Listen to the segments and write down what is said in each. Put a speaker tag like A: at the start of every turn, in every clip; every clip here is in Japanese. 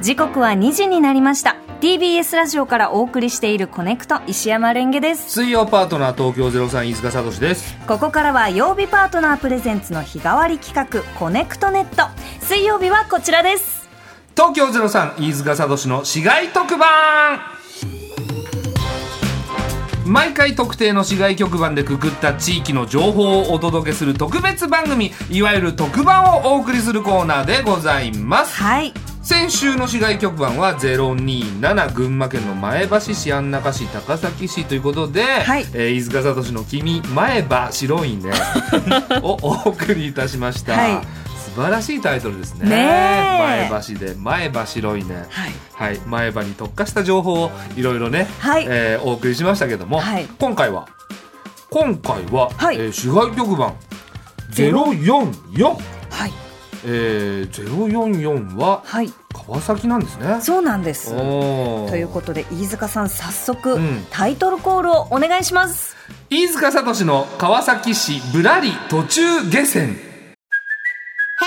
A: 時刻は2時になりました TBS ラジオからお送りしているコネクト石山レンゲです
B: 水曜パートナー東京03飯塚聡です
A: ここからは曜日パートナープレゼンツの日替わり企画コネクトネット水曜日はこちらです
B: 東京03飯塚聡の市街特番毎回特定の市街局番でくくった地域の情報をお届けする特別番組いわゆる特番をお送りするコーナーでございます
A: はい
B: 先週の市街局番は027群馬県の前橋市安中市高崎市ということで、
A: はい
B: えー飯塚聡の「君前歯白 いね」をお送りいたしました、
A: はい
B: 素晴らしいタイトルですね
A: ねえ
B: 前橋で「前歯白いね」
A: はい
B: はい、前歯に特化した情報をいろいろね、
A: はい
B: えーお送りしましたけども、
A: はい
B: 今回は今回は、
A: はい
B: えー市外局番044、
A: はい
B: えー、044は
A: はい
B: 川崎なんですね。
A: そうなんです
B: お
A: ということで飯塚さん早速、
B: うん
A: タイトルコールをお願いします
B: と飯塚聡の川崎市ぶらり途中下船
C: Hey,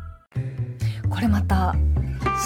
A: これまた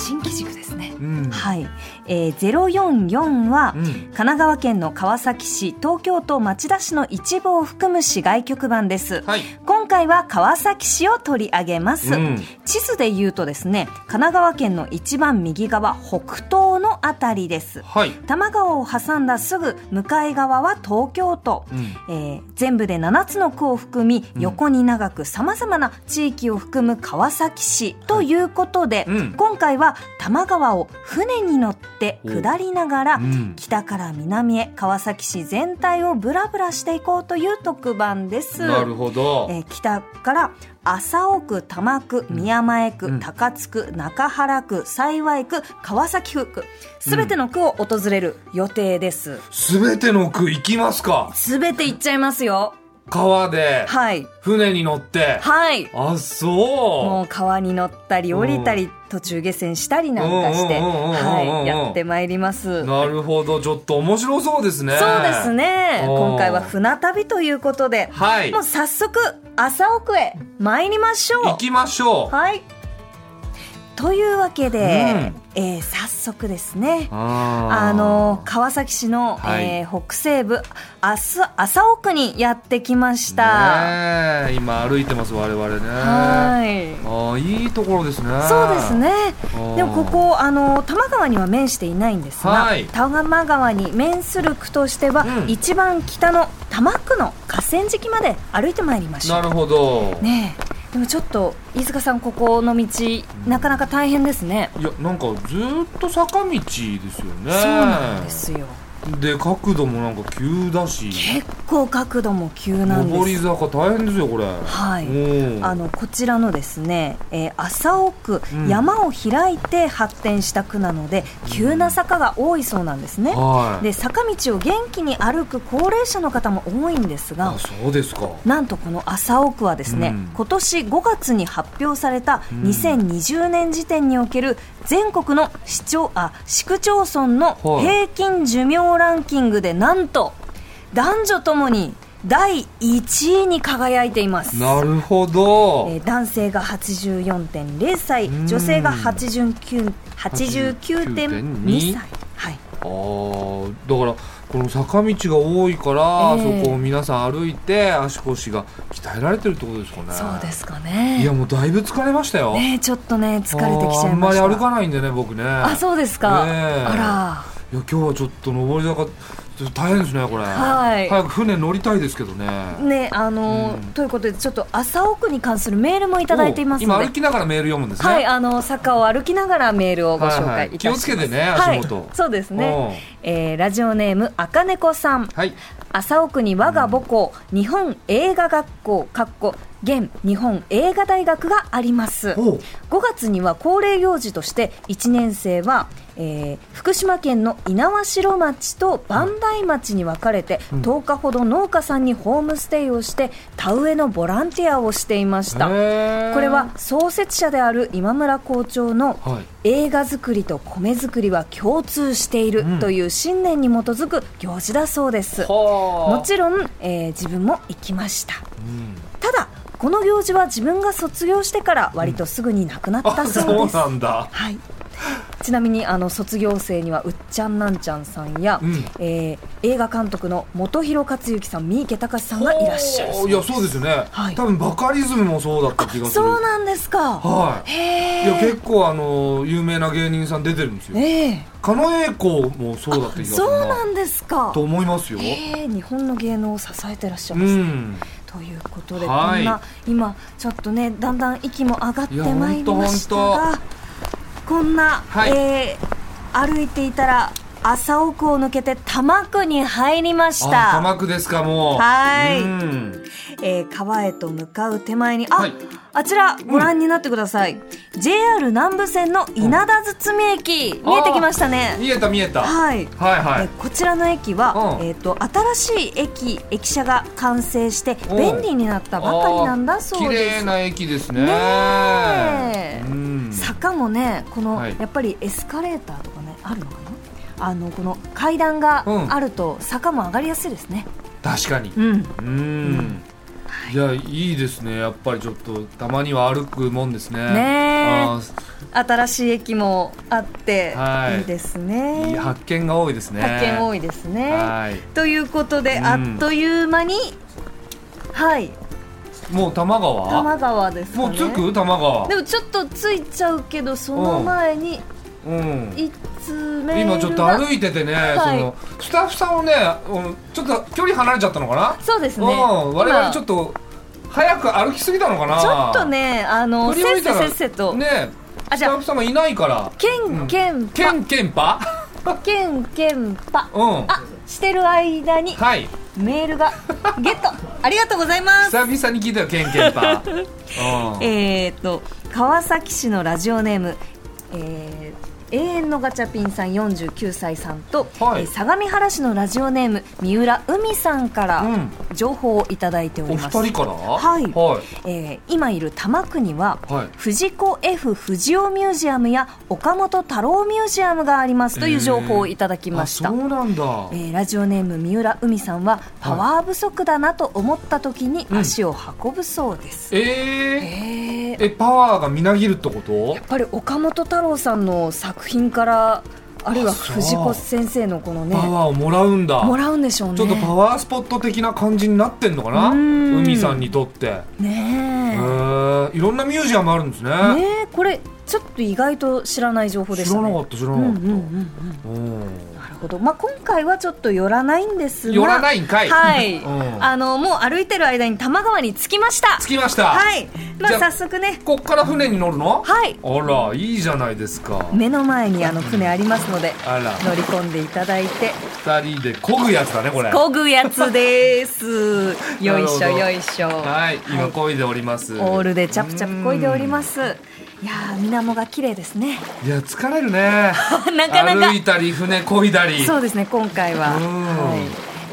A: 新機軸ですね、
B: ん
A: はい、えー、044は、
B: ん
A: 神奈川県の川崎市東京都町田市の一部を含む市外局番です、
B: はい
A: 今回は川崎市を取り上げます、
B: うん
A: 地図で言うとですね神奈川県の一番右側北東のあたりです
B: はい
A: 多摩川を挟んだすぐ向かい側は東京都、
B: う
A: えー全部で7つの区を含み、横に長くさまざまな地域を含む川崎市ということで、
B: うん
A: 今回は多摩川を船に乗って下りながら、
B: うん
A: 北から南へ川崎市全体をぶらぶらしていこうという特番です。
B: なるほど、
A: えー北から麻生区、多摩区、宮前区、
B: うん
A: 高津区、中原区、幸区、川崎区、すべての区を訪れる予定です。
B: すべての区行きますか
A: すべて行っちゃいますよ。
B: 川で
A: はい。
B: 船に乗って、
A: はい。
B: あそう
A: もう川に乗ったり降りたり、途中下船したりなんかして、
B: うんうんうんうんうんうん
A: はい、やってまいります。そう
B: なるほど、ちょっと面白そうですね。
A: です。ね。
B: おー
A: 今回は船旅ということで、
B: はい
A: もう早速、麻生区へ参りましょう。
B: 行きましょう。
A: はい。というわけで、えー早速ですね。
B: あ
A: あの川崎市の、
B: はい
A: えー北西部明日朝奥にやってきました。
B: ねえ、今歩いてます、我々ね。
A: は
B: あ
A: い。
B: あ、いいところですね。
A: そうです。ね
B: うん
A: でもここあの多摩川には面していないんですが、
B: はい
A: 多摩川に面する区としては、
B: うん
A: 一番北の多摩区の河川敷まで歩いてまいりましょ
B: なるほど
A: う。ねえでもちょっと飯塚さんここの道なかなか大変ですね、
B: いや、なんかずっと坂道ですよね。
A: そうなんですよ
B: で、角度もなんか急だし。
A: 結構角度も急なん
B: 上
A: で
B: り
A: す
B: 坂大変ですよ、これ。は
A: はいあ
B: あ
A: のこちらのですね、えー、麻生区、
B: うん
A: 山を開いて発展した区なので急な坂が多いそうなんですね、
B: はい。
A: で坂道を元気に歩く高齢者の方も多いんですが
B: あ、そうですか。
A: なんとこの麻生区はですね、
B: うん
A: 今年5月に発表された
B: ん
A: 2020年時点における全国の市町あ市区町村の
B: は
A: 平均寿命ランキングでなんと男女ともに第1位に輝いています。
B: なるほど。
A: えー男性が84.0歳
B: うん
A: 女性が89 89.2歳。
B: 89.2
A: はい
B: あーだからこの坂道が多いから、
A: ええ
B: そこを皆さん歩いて足腰が鍛えられてるってことですかね
A: そうですか
B: い
A: ね。
B: やもうだいぶ疲れましたよ、
A: ねえちょっとね疲れてきちゃいました。
B: あーあんまり歩かないんでね僕ね
A: あそうですか。
B: ねえ
A: あ
B: いや今日はちょっと上り坂ちょっと大変ですねこれ
A: はい
B: 早く船乗りたいですけどね
A: らねあのー
B: うん
A: ということでちょっと朝奥に関するメールもいただいていますの
B: 今
A: で
B: 歩。きながらメール読むんですね
A: はい、あの坂を歩きながらメールをご紹
B: はいは
A: 介
B: い
A: いたします。
B: 気をつけてね足元
A: はい、そうですね。えー、ラジオネーム赤猫さん。
B: はい
A: 朝奥に我が母校、日本映画学校かっこ現日本映画大学があります
B: ほう
A: 5月には恒例行事として1年生は、えー福島県の猪苗代町と磐梯町に分かれて、10日ほど農家さんにホームステイをして田植えのボランティアをしていました
B: へー
A: これは創設者である今村校長の
B: はい
A: 映画作りと米作りは共通しているという信念に基づく行事だそうです、も
B: は
A: ちろん、えー自分も行きました、ただこの行事は自分が卒業してから割とすぐになくなっ
B: あ
A: たそう
B: そう
A: です、
B: なんだ
A: はい、ちなみにあの卒業生にはうっちゃんなんちゃんさんや、
B: ん
A: えー映画監督の本広克行さん三池隆さんがいらっしゃる
B: おーいやそうですよね、
A: はい
B: 多分バカリズムもそうだった気がする
A: そうなんですか、
B: はい
A: へ
B: いや
A: え
B: 結構あの有名な芸人さん出てるんですよ
A: ええ
B: 狩野英孝もそうだった気がする
A: そう
B: な
A: なんですか
B: と思いますよ、
A: ええ日本の芸能を支えてらっしゃいうますね、
B: ん
A: ということで、
B: はい
A: こんな今ちょっとねだんだん息も上がって
B: いや
A: まいりました
B: ほん
A: がこんな、
B: はい
A: えー歩いていたら麻生区を抜けて多摩区に入りまし
B: あ多
A: た、
B: 摩区ですかもう
A: はい
B: うん
A: えー川へと向かう手前にあ、
B: はい
A: あちらご覧になってください、JR 南武線の稲田堤駅、見えてきましたね
B: 見えた見えた、
A: はい
B: はいは
A: え
B: い
A: こちらの駅は、
B: うん
A: えー、と新しい駅駅舎が完成して
B: うん
A: 便利になったばかりなんだそう
B: 綺
A: で
B: 麗
A: す。
B: な駅ですね
A: ねえ
B: うん
A: 坂もねこの、
B: はい
A: やっぱりエスカレーターとかねあるのかなあのこの階段が
B: うん
A: あると坂も上がりやすいですね。
B: 確かに
A: うん
B: うん、いやいいですねやっぱりちょっとたまには歩くもんですね
A: ねえ
B: あ
A: 新しい駅もあって、
B: はい
A: い、いです
B: ーいい
A: ね。
B: 発見が多いですね
A: 発見多
B: い
A: いですね。
B: はい
A: ということで、
B: うん
A: あっという間にはい
B: もう多摩川
A: 多摩川ですかね。
B: もう着く多摩川
A: でもちょっとついちゃうけどその前に
B: うん
A: いつメールが
B: 今ちょっと歩いててね、
A: はい
B: そのスタッフさんをね、うんちょっと距離離れちゃったのかな
A: そうですね
B: うん我々ちょ
A: っ
B: っと早く歩きすぎたのかな
A: ちょっとねあの
B: 振り
A: せ
B: 向
A: っ
B: い
A: せ
B: たら
A: せっせと、
B: ね
A: あ
B: ス
A: じ
B: タ
A: ゃ
B: ッ
A: あ
B: フさんがいないから
A: けんけん
B: ケ
A: ぱ
B: ンケンパ
A: けんけんぱ、
B: うん
A: あしてる間に
B: はい
A: メールがゲ ットありがとうございます
B: 久々に聞いたよケンケン パうん
A: えっと川崎市のラジオネーム、えー永遠のガチャピンさん49歳さんと、
B: はい
A: えー相模原市のラジオネーム三浦海さんから
B: うん
A: 情報をいただいてお
B: お
A: り
B: 二
A: ます、
B: 人から
A: はい
B: は
A: えー今いる多摩区には、
B: はい
A: 藤子 F 不二雄ミュージアムや岡本太郎ミュージアムがありますという情報をいただき
B: い
A: ました、
B: あ
A: え
B: そうなんだ
A: ーラジオネーム三浦海さんはパワー不足だなと思った時に
B: ん
A: 足を運ぶそうです、
B: えー
A: えーやっ
B: えパワーがみなぎるってこと
A: ぱり岡本太郎さんの作品からあるいは
B: あそう
A: 藤子先生のこのね
B: パワーをもらうんだ
A: もらうんでしょうね
B: ちょっとパワースポット的な感じになってんのかな
A: うん
B: 海さんにとってへえ
A: ね
B: いろんなミュージアムあるんですね
A: えねえこれちょっと意外と知らない情報でし
B: 知
A: た
B: ら
A: ね
B: なかった知ら
A: うんう
B: なんかっ
A: うんうん
B: たうん
A: なるほど。まあ今回はちょっと寄らないんですが、
B: 寄らないんかい
A: はい。
B: うん
A: あのもう歩いてる間に多摩川に着きました。
B: 着きました
A: はい。まあ
B: じゃあ
A: 早速ね、
B: こっから船に乗るの
A: はい
B: あらいいじゃないですか
A: 目の前にあの船ありますので、
B: あら
A: 乗り込んでいただいて
B: 二人で漕ぐやつだねこれ
A: 漕ぐやつです。 よいしょよいしょ。
B: はい今漕いでおります
A: オールでチャプチャプ漕いでおります。いやー水面が綺麗です ね。
B: いや疲れるね
A: なかなか
B: 歩いたり船漕いだり
A: そうですね今回は、
B: うん
A: はい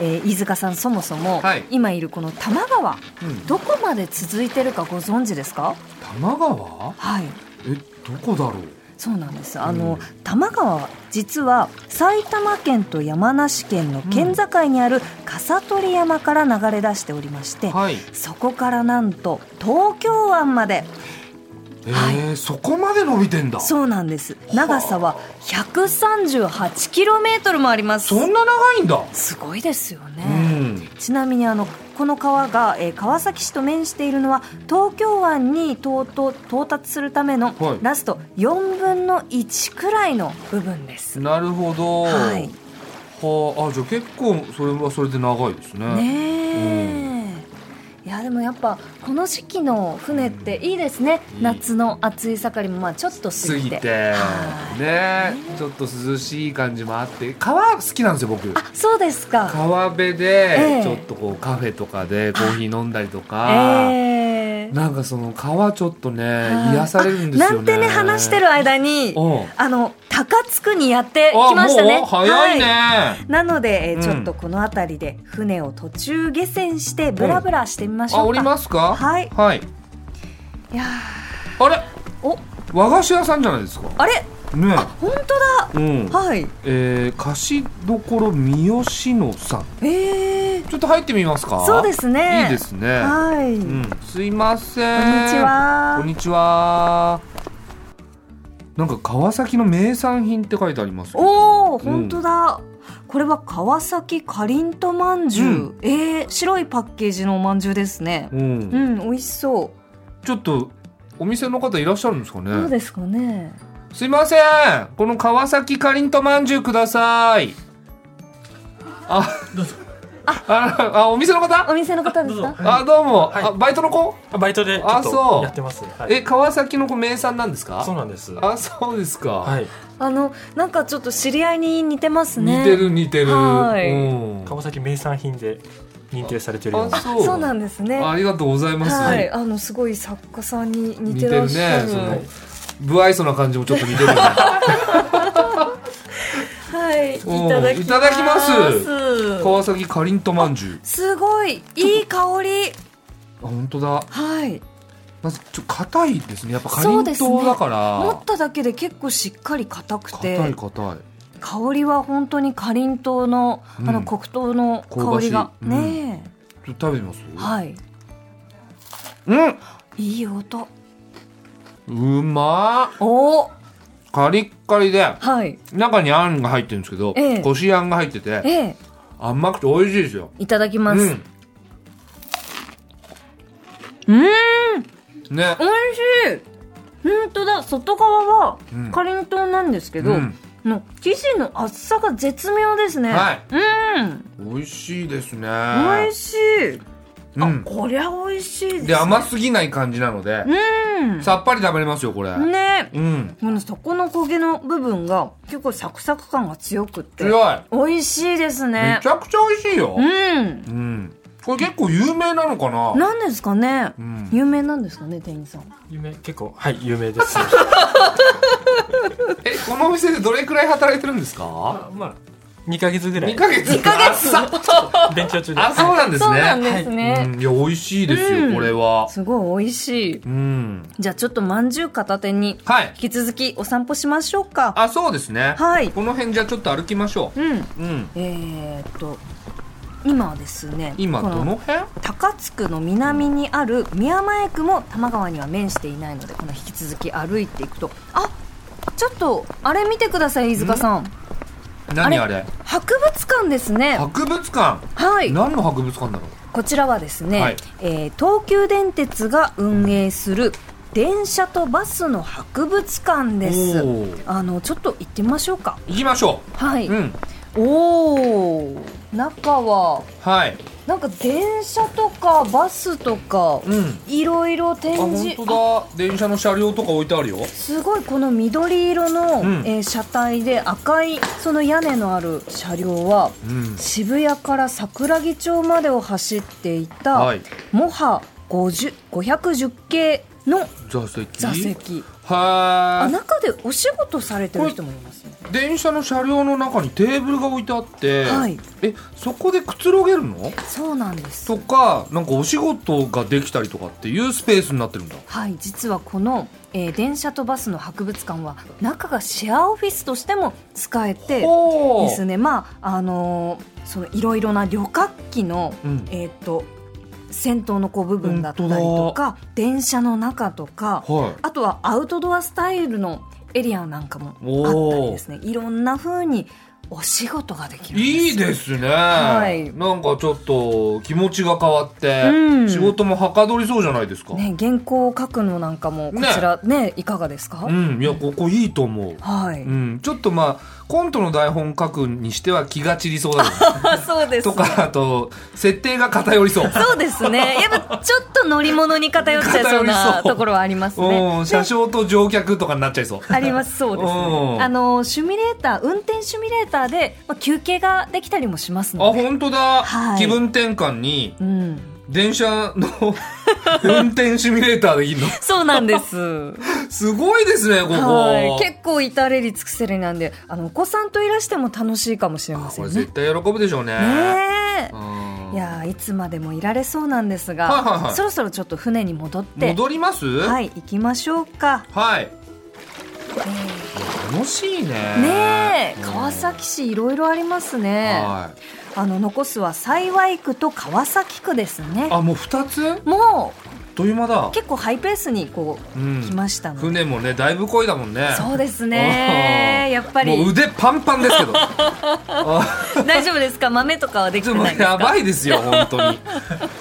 A: えー飯塚さんそもそも、
B: はい
A: 今いるこの多摩川、
B: ん
A: どこまで続いてるかご存知ですか
B: 多摩川
A: はい
B: えどこだろう
A: そうなんですあの、
B: うん
A: 多摩川は実は埼玉県と山梨県の県境にある笠取山から流れ出しておりまして、
B: はい
A: そこからなんと東京湾まで
B: えーそこまで伸びてんだ
A: そうなんです長さは 138km もあります
B: そんな長いんだ
A: すごいですよね、
B: うん
A: ちなみにあのこの川が、えー川崎市と面しているのは東京湾に到到到達するための、
B: はい
A: ラスト4分の1くらいの部分です。
B: なるほど
A: はい
B: はああじゃあ結構それはそれで長いですね
A: ねえ、いやでもやっぱこの時期の船っていいですね、
B: いい
A: 夏の暑い盛りもまあちょっと過
B: 過
A: ぎ
B: ぎ
A: て。
B: て
A: はい
B: ねちょっと涼しい感じもあって川好きなんですよ僕
A: あそうですか。
B: 川辺
A: え
B: で
A: え
B: ちょっとこうカフェとかでコーヒー飲んだりとか、
A: ええ
B: なんかその川ちょっとね
A: はい
B: 癒されるんですよね
A: あなんてね話してる間に
B: うん
A: あの高津区にやって
B: あ
A: きましたね
B: もう早いね、
A: はなので、えー
B: うん
A: ちょっとこの辺りで船を途中下船してブラブラしてみましょうか、
B: あおりますか
A: はい
B: はい
A: いや
B: あれ
A: ーお
B: 和菓子屋さんじゃないですか
A: あれ
B: ね
A: 本当だ
B: うん
A: はい
B: えー、菓子どころ三好野さん
A: えー、
B: ちょっと入ってみますか
A: そうですね
B: いいですね
A: はい、
B: うん、すいません
A: こんにちは
B: こんにちはなんか川崎の名産品って書いてありますよ
A: おお本当だ、これは川崎かりんとまんじゅう、
B: うん
A: えー、白いパッケージのおまんじゅうですね
B: うん
A: うん、美味しそう
B: ちょっとお店の方いらっしゃるんですか
A: どう
B: ね
A: ですかね
B: すいませんこの川崎かりんとまんじゅうくださいあああお店の
A: お
B: 方
A: 店の方です
D: どう
A: か
D: ぞ
B: あどうも、
D: はい
B: あバイトの子
D: バイトでちょ
B: あ
D: っ
B: そ
D: と
B: う
D: やってます。はい、
B: え川崎の子名産なんですか
D: そうなんです。は
B: あそうですか、
D: い。
A: あのなんかちょっと知り合いに似てますね
B: 似てる似てる
A: はい
B: うん
D: 川崎名産品で認定されてるよう
B: あ
D: な。
B: そう
A: そうなんですね
B: ありがとうございます、
A: はい、あのすごい作家さんに似
B: 似
A: て
B: て
A: らっ
B: る
A: しゃ
B: ね
A: る。
B: その不愛想な感じもちょっと似てるよね
A: はい、い
B: うん
A: ただきます。
B: いただきます川崎かりんとまんじゅう
A: すごいいい香り。
B: あ本当だ
A: はい、
B: まずちょっと硬いですねやっぱかり
A: そうんですね
B: とうだから、
A: 持っただけで結構しっかり硬くて、
B: 硬い硬い
A: 香りは本当にかりんとうのあ
B: う
A: の
B: ん
A: 黒糖の香りが、
B: 香ばしいうん
A: ね
B: ちょっと食べてみます
A: え、はい、
B: うん
A: いい音。
B: うまっ
A: おお、
B: カリッカリで
A: はい、
B: 中にあんが入ってるんですけど、
A: ええ
B: こしあんが入ってて
A: ええ、
B: 甘くて美味しいですよ
A: いただき
B: う
A: ま
B: ん
A: す。うーん、
B: ね
A: 美味しい。本当だ、外側は
B: うん
A: かりんとうなんですけど。
B: うん
A: の生地の厚さが絶妙ですね。
B: はい
A: うん、
B: 美味しいですね
A: 美味しい。
B: う
A: あ、
B: ん
A: こりゃ美味しいです、ね。
B: で甘すぎない感じなのでさっぱり食べれますよこれ
A: うん。ね、
B: うん
A: この底の焦げの部分が結構サクサク感が強くって。
B: 強い
A: 美味しいです
B: め
A: ね
B: ち。ゃくちゃ美味しいよ
A: うん。
B: うんこれ結構有名なのかな
A: なんですかね、
B: ん
A: 有名なんですかね、店員さん。
D: 有名結構はい有 名です。
B: えこのお店でどれくらい働いてるんですか
D: あまあ二ヶ月ぐら
B: 2
D: い
B: ヶ月2ヶ月
D: 勉強中で。
B: あそうなんですね
A: そうなんですね。
B: うんいや美味しいですよ、
A: うん
B: これは
A: すごい美味しい。
B: うん
A: じゃあちょっとまんじゅう片手に、
B: はい
A: 引き続きお散歩しましょうか。
B: あそうですね
A: はい
B: この辺じゃちょっと歩きましょ
A: うん。
B: ううん
A: えー、っと今はですね
B: 今
A: こ
B: どの辺
A: 高津区の南にある宮前区も多摩川には面していないのでこの引き続き歩いていくとあちょっとあれ見てください飯塚さん
B: 何あれ
A: 博物館ですね
B: 博物館
A: はい
B: 何の博物館だろう
A: こちらはですね、
B: はい
A: えー東急電鉄が運営する電車とバスの博物館です
B: おー
A: あのちょっと行ってみましょうか
B: 行きましょ
A: はい、
B: ううん
A: おお中は
B: はい
A: なんか電車とかバスとか、
B: うん
A: いろいろ
B: あ
A: 展
B: 本
A: 示
B: 当だ電車の車両とか置いてあるよ
A: すごいこの緑色の、
B: うん
A: えー車体で赤いその屋根のある車両は、
B: うん
A: 渋谷から桜木町までを走っていた、
B: はい
A: モハ50 510系の
B: 座席
A: 座席あ
B: はー
A: 中でお仕事されてる人もいますね
B: い電車の車両の中にテーブルが置いてあって、
A: はい
B: えそこでくつろげるの
A: そうなんです
B: とかなんかお仕事ができたりとかっていうスペースになってるんだ
A: はい実はこの、えー電車とバスの博物館は中がシェアオフィスとしても使えて
B: お
A: ですねまああのーそのいろいろな旅客機の、
B: うん
A: えーっと先頭のこう部分だったりとか電車の中とか
B: は
A: あとはアウトドアスタイルのエリアなんかもあったりですねいろんな風にお仕事ができるんです
B: いいいですね、
A: い
B: なんかちょっと気持ちが変わって、
A: うん
B: 仕事もはかどりそうじゃないですか、
A: ね原稿を書くのなんかもこちらねいかがですか、
B: うんいやここいいと思う、
A: はい、
B: うん、ちょっとまあコントの台本書くにしては気が散りそうだな
A: あ そうです
B: とかあと設定が偏りそう
A: そうですねやっぱちょっと乗り物に偏っちゃいそう
B: 偏りそ
A: な
B: う
A: ところはありますね
B: うん、車掌と乗客とかになっちゃいそう。
A: ありますそうです
B: う
A: ね
B: ん
A: あのシミュレーター運転シミュレーターで、まあ、休憩ができたりもします
B: あ、
A: ので
B: 本当だ。
A: はい
B: 気分転換に
A: うん
B: 電車の運転シミュレーターでき るの
A: そうなんです。
B: すごいですねここ、
A: はい、結構至れり尽くせりなんで、あのお子さんといらしても楽しいかもしれませ
B: これ
A: んね
B: 絶。対喜ぶでしょうね
A: ねえ
B: う。ん
A: いやーいつまでもいられそうなんですが、
B: はいはいはい
A: そろそろちょっと船に戻って、
B: 戻ります、
A: はいい行きましょうか。
B: はい楽しいね
A: ねえ、
B: うん
A: 川崎市いろいろありますね。
B: はい
A: あの残すは幸区と川崎区ですね。
B: あもう二つあっ
A: も
B: という間だ
A: う結構ハイペースにこう、
B: うん
A: 来ましたので。
B: 船もねだいぶ漕いだもんね
A: そうですね。
B: うん
A: やっぱり
B: もう 腕パンパンで すけどあ
A: 大丈夫ですか豆とかはできて
B: ちょっと
A: ない
B: 待
A: で
B: っ
A: す
B: て
A: か
B: やばいですよ本当に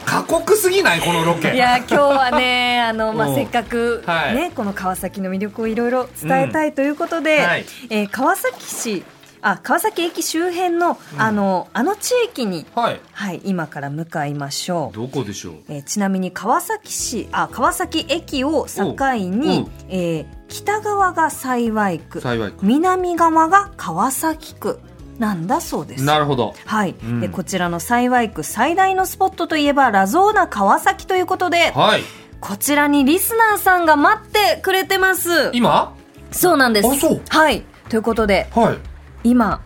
B: 過酷すぎないこのロケ
A: いや今日はね あの、ま
B: う
A: あ、
B: ん
A: せっかく、ね
B: はい
A: この川崎の魅力をいろいろ伝えたいということで、
B: うんはい
A: えー川崎市あ川崎駅周辺の、あのあの地域に、
B: はい
A: はい、今から向かいましょう。
B: どこでしょう
A: えーちなみに川崎市あ川崎駅を境
B: おうお
A: に
B: う、
A: えー北側が幸区
B: 幸い区
A: 南側が川崎区なんだそうです。
B: なるほど
A: はい、
B: ん
A: でこちらの幸区最大のスポットといえばラゾーナ川崎ということで
B: はい
A: こちらにリスナーさんが待ってくれてます
B: 今
A: そうなんです
B: あそう
A: はいということで
B: はい
A: 今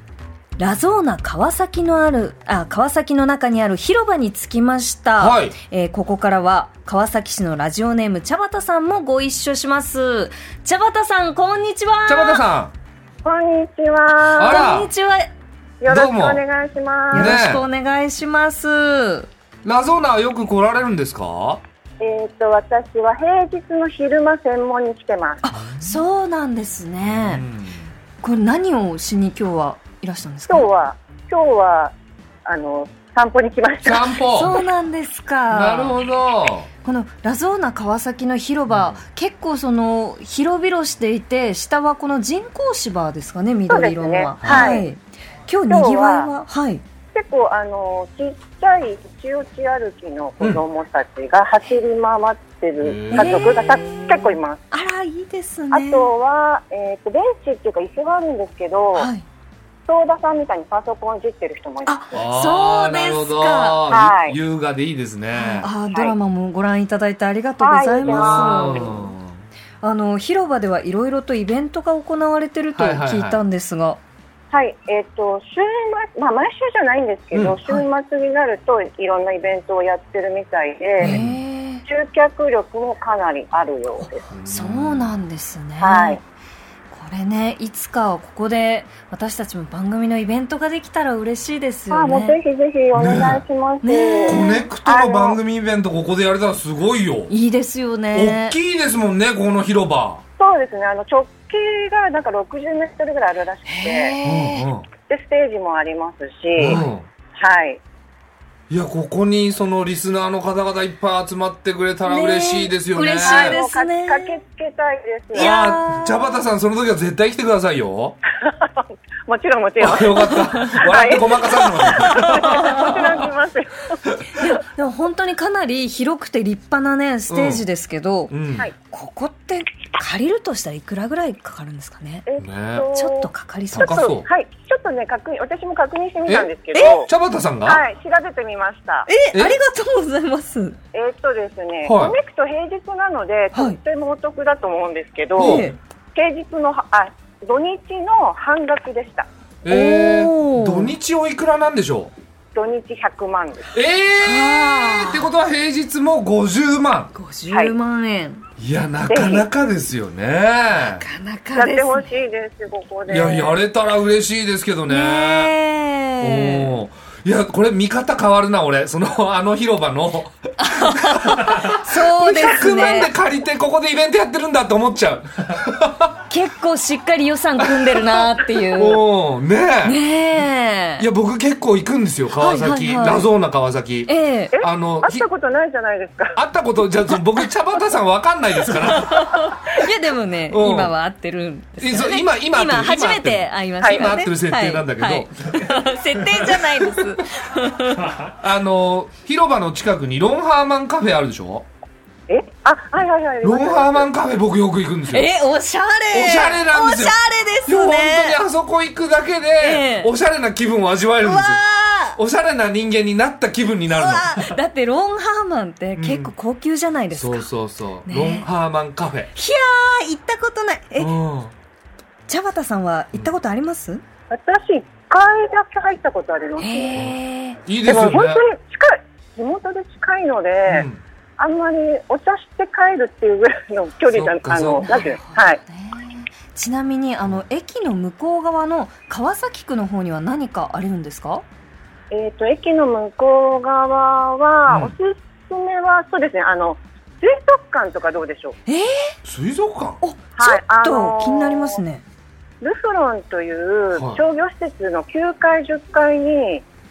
A: ラゾーナ川崎のあるあ川崎の中にある広場に着きました、
B: はい
A: えーここからは川崎市のラジオネーム茶畑さんもご一緒します茶畑さんこんにちは
B: 茶畑さん
E: こんにち
B: あ
E: は。
B: ら
A: こんにちはよ
E: よろし
B: どう
E: くお
B: も
E: 願いしま
A: ろ
E: す。
B: ね
A: しくお願いします、
B: ラゾーナはよく来られるんですか
E: えっ、と、私は平日の昼間専門に来てます。
A: そうなんですね、
B: うん
A: これ何をしに今日はいらしたんですか
E: 今日は、今日は、あの、散歩に来ました。
B: 散歩
A: そうなんですか
B: なるほど
A: このラゾーナ川崎の広場、結構その広々していて下はこの人工芝ですかね緑色のは、
E: そうですねはい
A: 今日
E: 今日は
A: にぎわいははい
E: 結構、あの、ちっちゃい、ちおち歩きの子供たちが走り回ってる家族がた、
A: へー
E: 結構います。
A: あらいいですね
E: あとは、えっ、と、ベンチっていうか椅子があるんですけど、
A: はい
E: 遠田さんみたいにパソコンをいじってる人もいます。
A: あそうですか
B: なるほど、
E: はい
B: 優雅でいいですね
A: あドラマもご覧いただいてありがとうございます、
E: はい
A: あの広場ではいろいろとイベントが行われてると聞いたんですが、
E: はい、えっ、と、週末、まあ、毎週じゃないんですけど、
B: うん
E: 週末になると、いろんなイベントをやってるみたいで、
A: へえ
E: 集客力もかなりあるようです。
A: そうなんですね、
E: はい
A: これねいつかはここで私たちも番組のイベントができたら嬉しいです
E: あ、
A: よ
E: もうぜ
A: ね
E: ひぜひお願いします。
A: ねえ
B: コネクトの番組イベントここでやれたらすごいよ
A: いいですよね
B: 大きいですもんねこの広場
E: そうですね、あの直径がなんか60メートルぐらいあるらしくて、
A: へー
E: で、ステージもあります
B: うん
E: し、
B: うんうん
E: はい。
B: いやここにそのリスナーの方々いっぱい集まってくれたら嬉しいですよね
A: ね嬉しいで
E: もうか
A: すね
E: 駆けつけたいです。
A: いや
B: あー茶畑さんその時は絶対来てくださいよ
E: もちろんもちろん。も
B: あ
E: ち
B: よかった笑ってごまかさずの
E: ろん 来ますよ。
A: でも本当にかなり広くて立派なねステージですけど、
B: うん
E: はい
A: ここって借りるとしたらいくらぐらいかかるんですかね
E: えっ
B: ね
E: と、
A: ちょっとかかり
E: ち
A: そう
E: ょっ
B: 高そう
E: と、はい、ちょっとね、確認、私も確認してみたんですけど、
B: 茶畑さんが、
E: はい、調べてみました。
A: えありがとうございます
E: えーっとですね、
B: はい
E: コネクト平日なので、と
A: はい
E: ってもお得だと思うんですけど、
B: お
A: え
E: 平日のは、あ、土日の半額でした。
B: え
A: お
B: ー、
A: ー
B: 土日おいくらなんでしょ
E: 土日100万です。
B: うええー、ってことは平日も50万
A: 50万円、
B: いやなかなかですよね
A: なか
E: や
A: なか
E: っ
A: で
E: てほしい
A: す
E: です、ここで。
B: いややれたら嬉しいですけど
A: ね
B: ね
A: え
B: おーいやこれ見方変わるな俺そのあの広場の
A: そうです
B: 100万
A: ね
B: で借りてここでイベントやってるんだって思っちゃう
A: 結構しっかり予算組んでるなっていう。
B: おーねえ
A: ねえ。
B: いや僕結構行くんですよ川崎、
A: はいはいはい
B: ラゾーナ川崎
A: ええ。
B: あの
E: 会っ
B: ひ
E: たことないじゃないですか。
B: 会ったことじゃあその 僕茶畑さんわかんないですから
A: いやでもね、
B: うん
A: 今は合ってるんです
B: えそう今今
A: 今
B: 会って
A: 初
B: る
A: めて会いました
E: はい
A: からね。
B: 今会ってる設定なんだけど
A: はいはい 設定じゃないです。
B: あの広場の近くにロンハーマンカフェあるでしょ
E: えあ、はいはいはい。
B: ロンハーマ
E: ン。
B: ンカフェ僕よく行くんですよ
A: え、おしゃれ。
B: おしゃれなんですよ
A: おしゃれです
B: い
A: ね
B: や本当に。あそこ行くだけで、
A: ええ
B: おしゃれな気分を味わえるん
A: う
B: で
A: わ
B: すよ
A: あ
B: おしゃれな人間になった気分になるの
A: うわだってロンハーマンって結構高級じゃないですか、
B: そう
A: い
B: そうそう、
A: ね
B: ロンハーマンカフェ
A: やー行ったことないえ
B: うん
A: 茶畑さんは行ったことあります、
E: 私、1回だけ入ったことあります。
A: へえ
B: いいで
E: ですも
B: よね
E: 本当に近い、地元で近いので、
B: うん
E: あんまりお茶して帰るっていうぐらいの距離じ
B: そっか
E: ゃ、あ
B: そ
E: の、
B: っ
E: なんていうのはい。
A: ちなみにあの駅の向こう側の川崎区の方には何かあるんですか
E: えっ、と、駅の向こう側は、
B: うん
E: おすすめは、そうですね、あの、水族館とかどうでしょう
B: 水族館
A: おちょ
E: はい
A: っ
E: あの
A: と
E: ー
A: 気になりますね、
E: ルフロンという
B: はい
E: 商業施設の9階、10階に、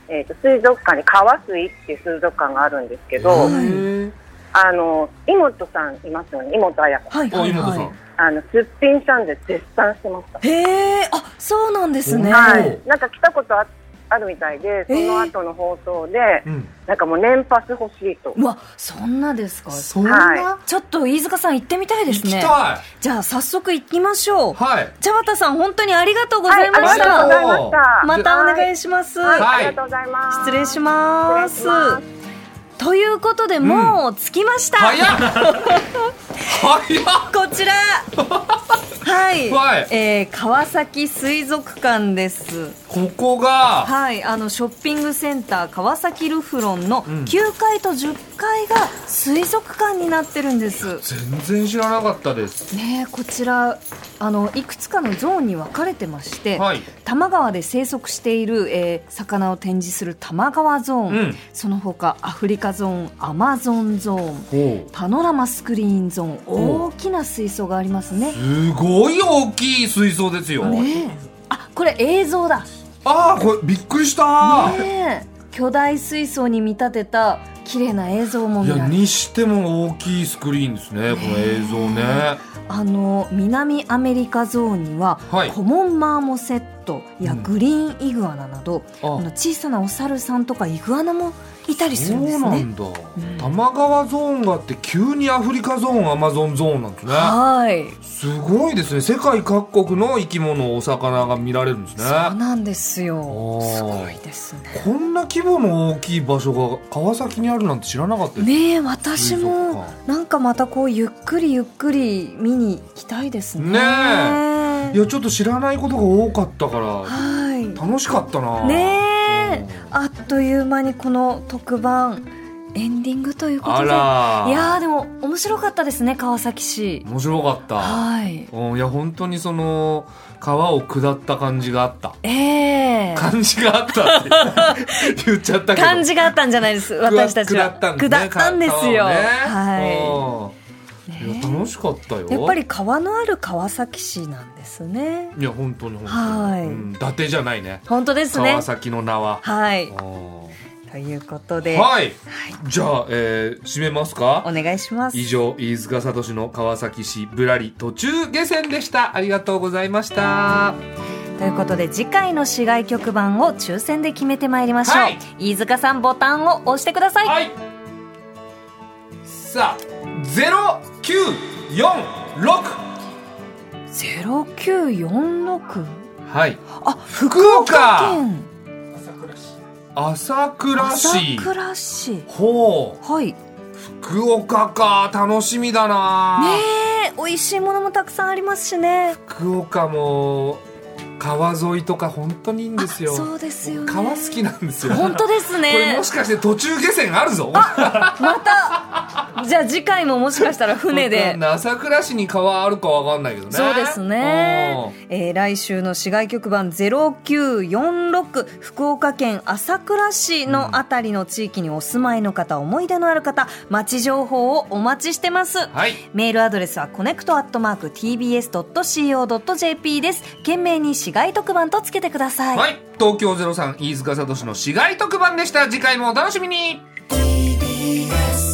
E: えー、と水族館に川水っていう水族館があるんですけど、
A: はい
B: へー
E: あの妹さんいますよね、妹彩子
A: はい
B: お
A: はい
B: 妹
A: は
B: さ
A: い
B: ん
E: あの、すっぴんさんで絶賛してました。
A: へえあそうなんですね、
B: は
E: はい、なんか来たことああるみたいで、その後の放送で、
B: うん
E: なんかもう年パス欲しいと。
A: うわそんなですか
B: そんな、
E: は
A: ちょっと飯塚さん行ってみたいで
B: 行
A: す
B: きた
A: ね
B: い
A: じゃあ早速行きましょう
B: はい
A: 茶畑さん本当にありがとうございま
E: あ
A: し
E: り
A: た、
E: がとうございました。
A: またお願いします、
E: はい、
B: はい
E: ありがとうございます。
A: 失礼します
E: 失礼しま
A: ということでもう着きました、
B: 早っ 早
A: こ
B: っ
A: ちらはい、
B: はい
A: えー川崎水族館です
B: ここが
A: はいあのショッピングセンター川崎ルフロンの
B: ん
A: 9階と10階が水族館になってるんです
B: 全然知らなかったです
A: ねえこちらあのいくつかのゾーンに分かれてまして、
B: はい
A: 多摩川で生息している、えー魚を展示する多摩川ゾーン、
B: うん
A: その他アフリカゾーンアマゾンゾーン
B: お
A: パノラマスクリーンゾーン
B: お
A: 大きな水槽がありますね。
B: すごい大きい水槽ですよ、
A: ねえあこれ映像だ、
B: ああこれびっくりした、
A: ねえ、巨大水槽に見立てた綺麗な映像も
B: い
A: 見ら
B: や
A: れる
B: にしても大きいスクリーンですねこの映像ね
A: あの南アメリカゾーンには、
B: はい
A: コモンマーモセットや
B: うん
A: グリーンイグアナなど、
B: あ
A: あの小さなお猿さんとかイグアナもいたりす
B: そ
A: るんで
B: う
A: す
B: な
A: ね。
B: んだ、多摩川ゾーンがあって急にアフリカゾーンアマゾンゾーンなんですね
A: はい、
B: すごいですね世界各国の生き物お魚が見られるんですね
A: そうなんですよ
B: お。ー
A: すごいですね。
B: こんな規模の大きい場所が川崎にあるなんて知らなかったです、
A: ねえ、私
B: 水
A: も
B: 族館
A: なんかまたこうゆっくりゆっくり見に行きたいですね。
B: ねいやちょっと知らないことが多かったから
A: は。
B: 楽しかったない
A: ねえ
B: うん、
A: あっという間にこの特番エンディングということ
B: あ
A: で。
B: ら
A: いやーでも面白かったですね川崎市。
B: 面白かった
A: はい。
B: うんいや本当にその川を下った感じがあった
A: ええ
B: 感じがあったって 言っちゃったけど
A: 感じがあったんじゃないです私たちは
B: 下ったんですね
A: 下ったんですよ、
B: 川をね
A: は
B: うん
A: い
B: いや楽しかったよ
A: やっぱり川のある川崎市なんですね
B: いや本当に本当に、
A: はい
B: うん伊達じゃないね
A: 本当ですね
B: 川崎の名は、
A: はい
B: うん
A: ということで、
B: はい、じゃあ、えー締めますか
A: お願いします
B: 以上飯塚聡の川崎市ぶらり途中下船でしたありがとうございました
A: ということで次回の市外局番を抽選で決めてまいりましょう、
B: はい
A: 飯塚さんボタンを押してください、
B: はいさあ0946
A: 0946
B: はい
A: あ福岡県
B: 朝倉市
A: 朝倉市
B: ほう
A: はいね
B: 福岡か楽しみだな、
A: え美味しいものもたくさんありますしね
B: 福岡も川沿いとか本当にいいんですよ
A: あそうですよね
B: 川好きなんですよ
A: 本当ですね
B: これもしかして途中下船あるぞ
A: またじゃあ次回ももしかしたら船
B: わか
A: で
B: んない朝倉市に川あるかわかんないけどね
A: そうですね、えー来週の市外局番0946福岡県朝倉市のあたりの地域にお住まいの方、思い出のある方町情報をお待ちしてます、
B: うんはい
A: メールアドレスはコネクトアットマーク TBS.CO.JP です懸命に市外特番とつけてください、
B: はい東京03飯塚聡の市街特番でした次回もお楽しみに
F: TBS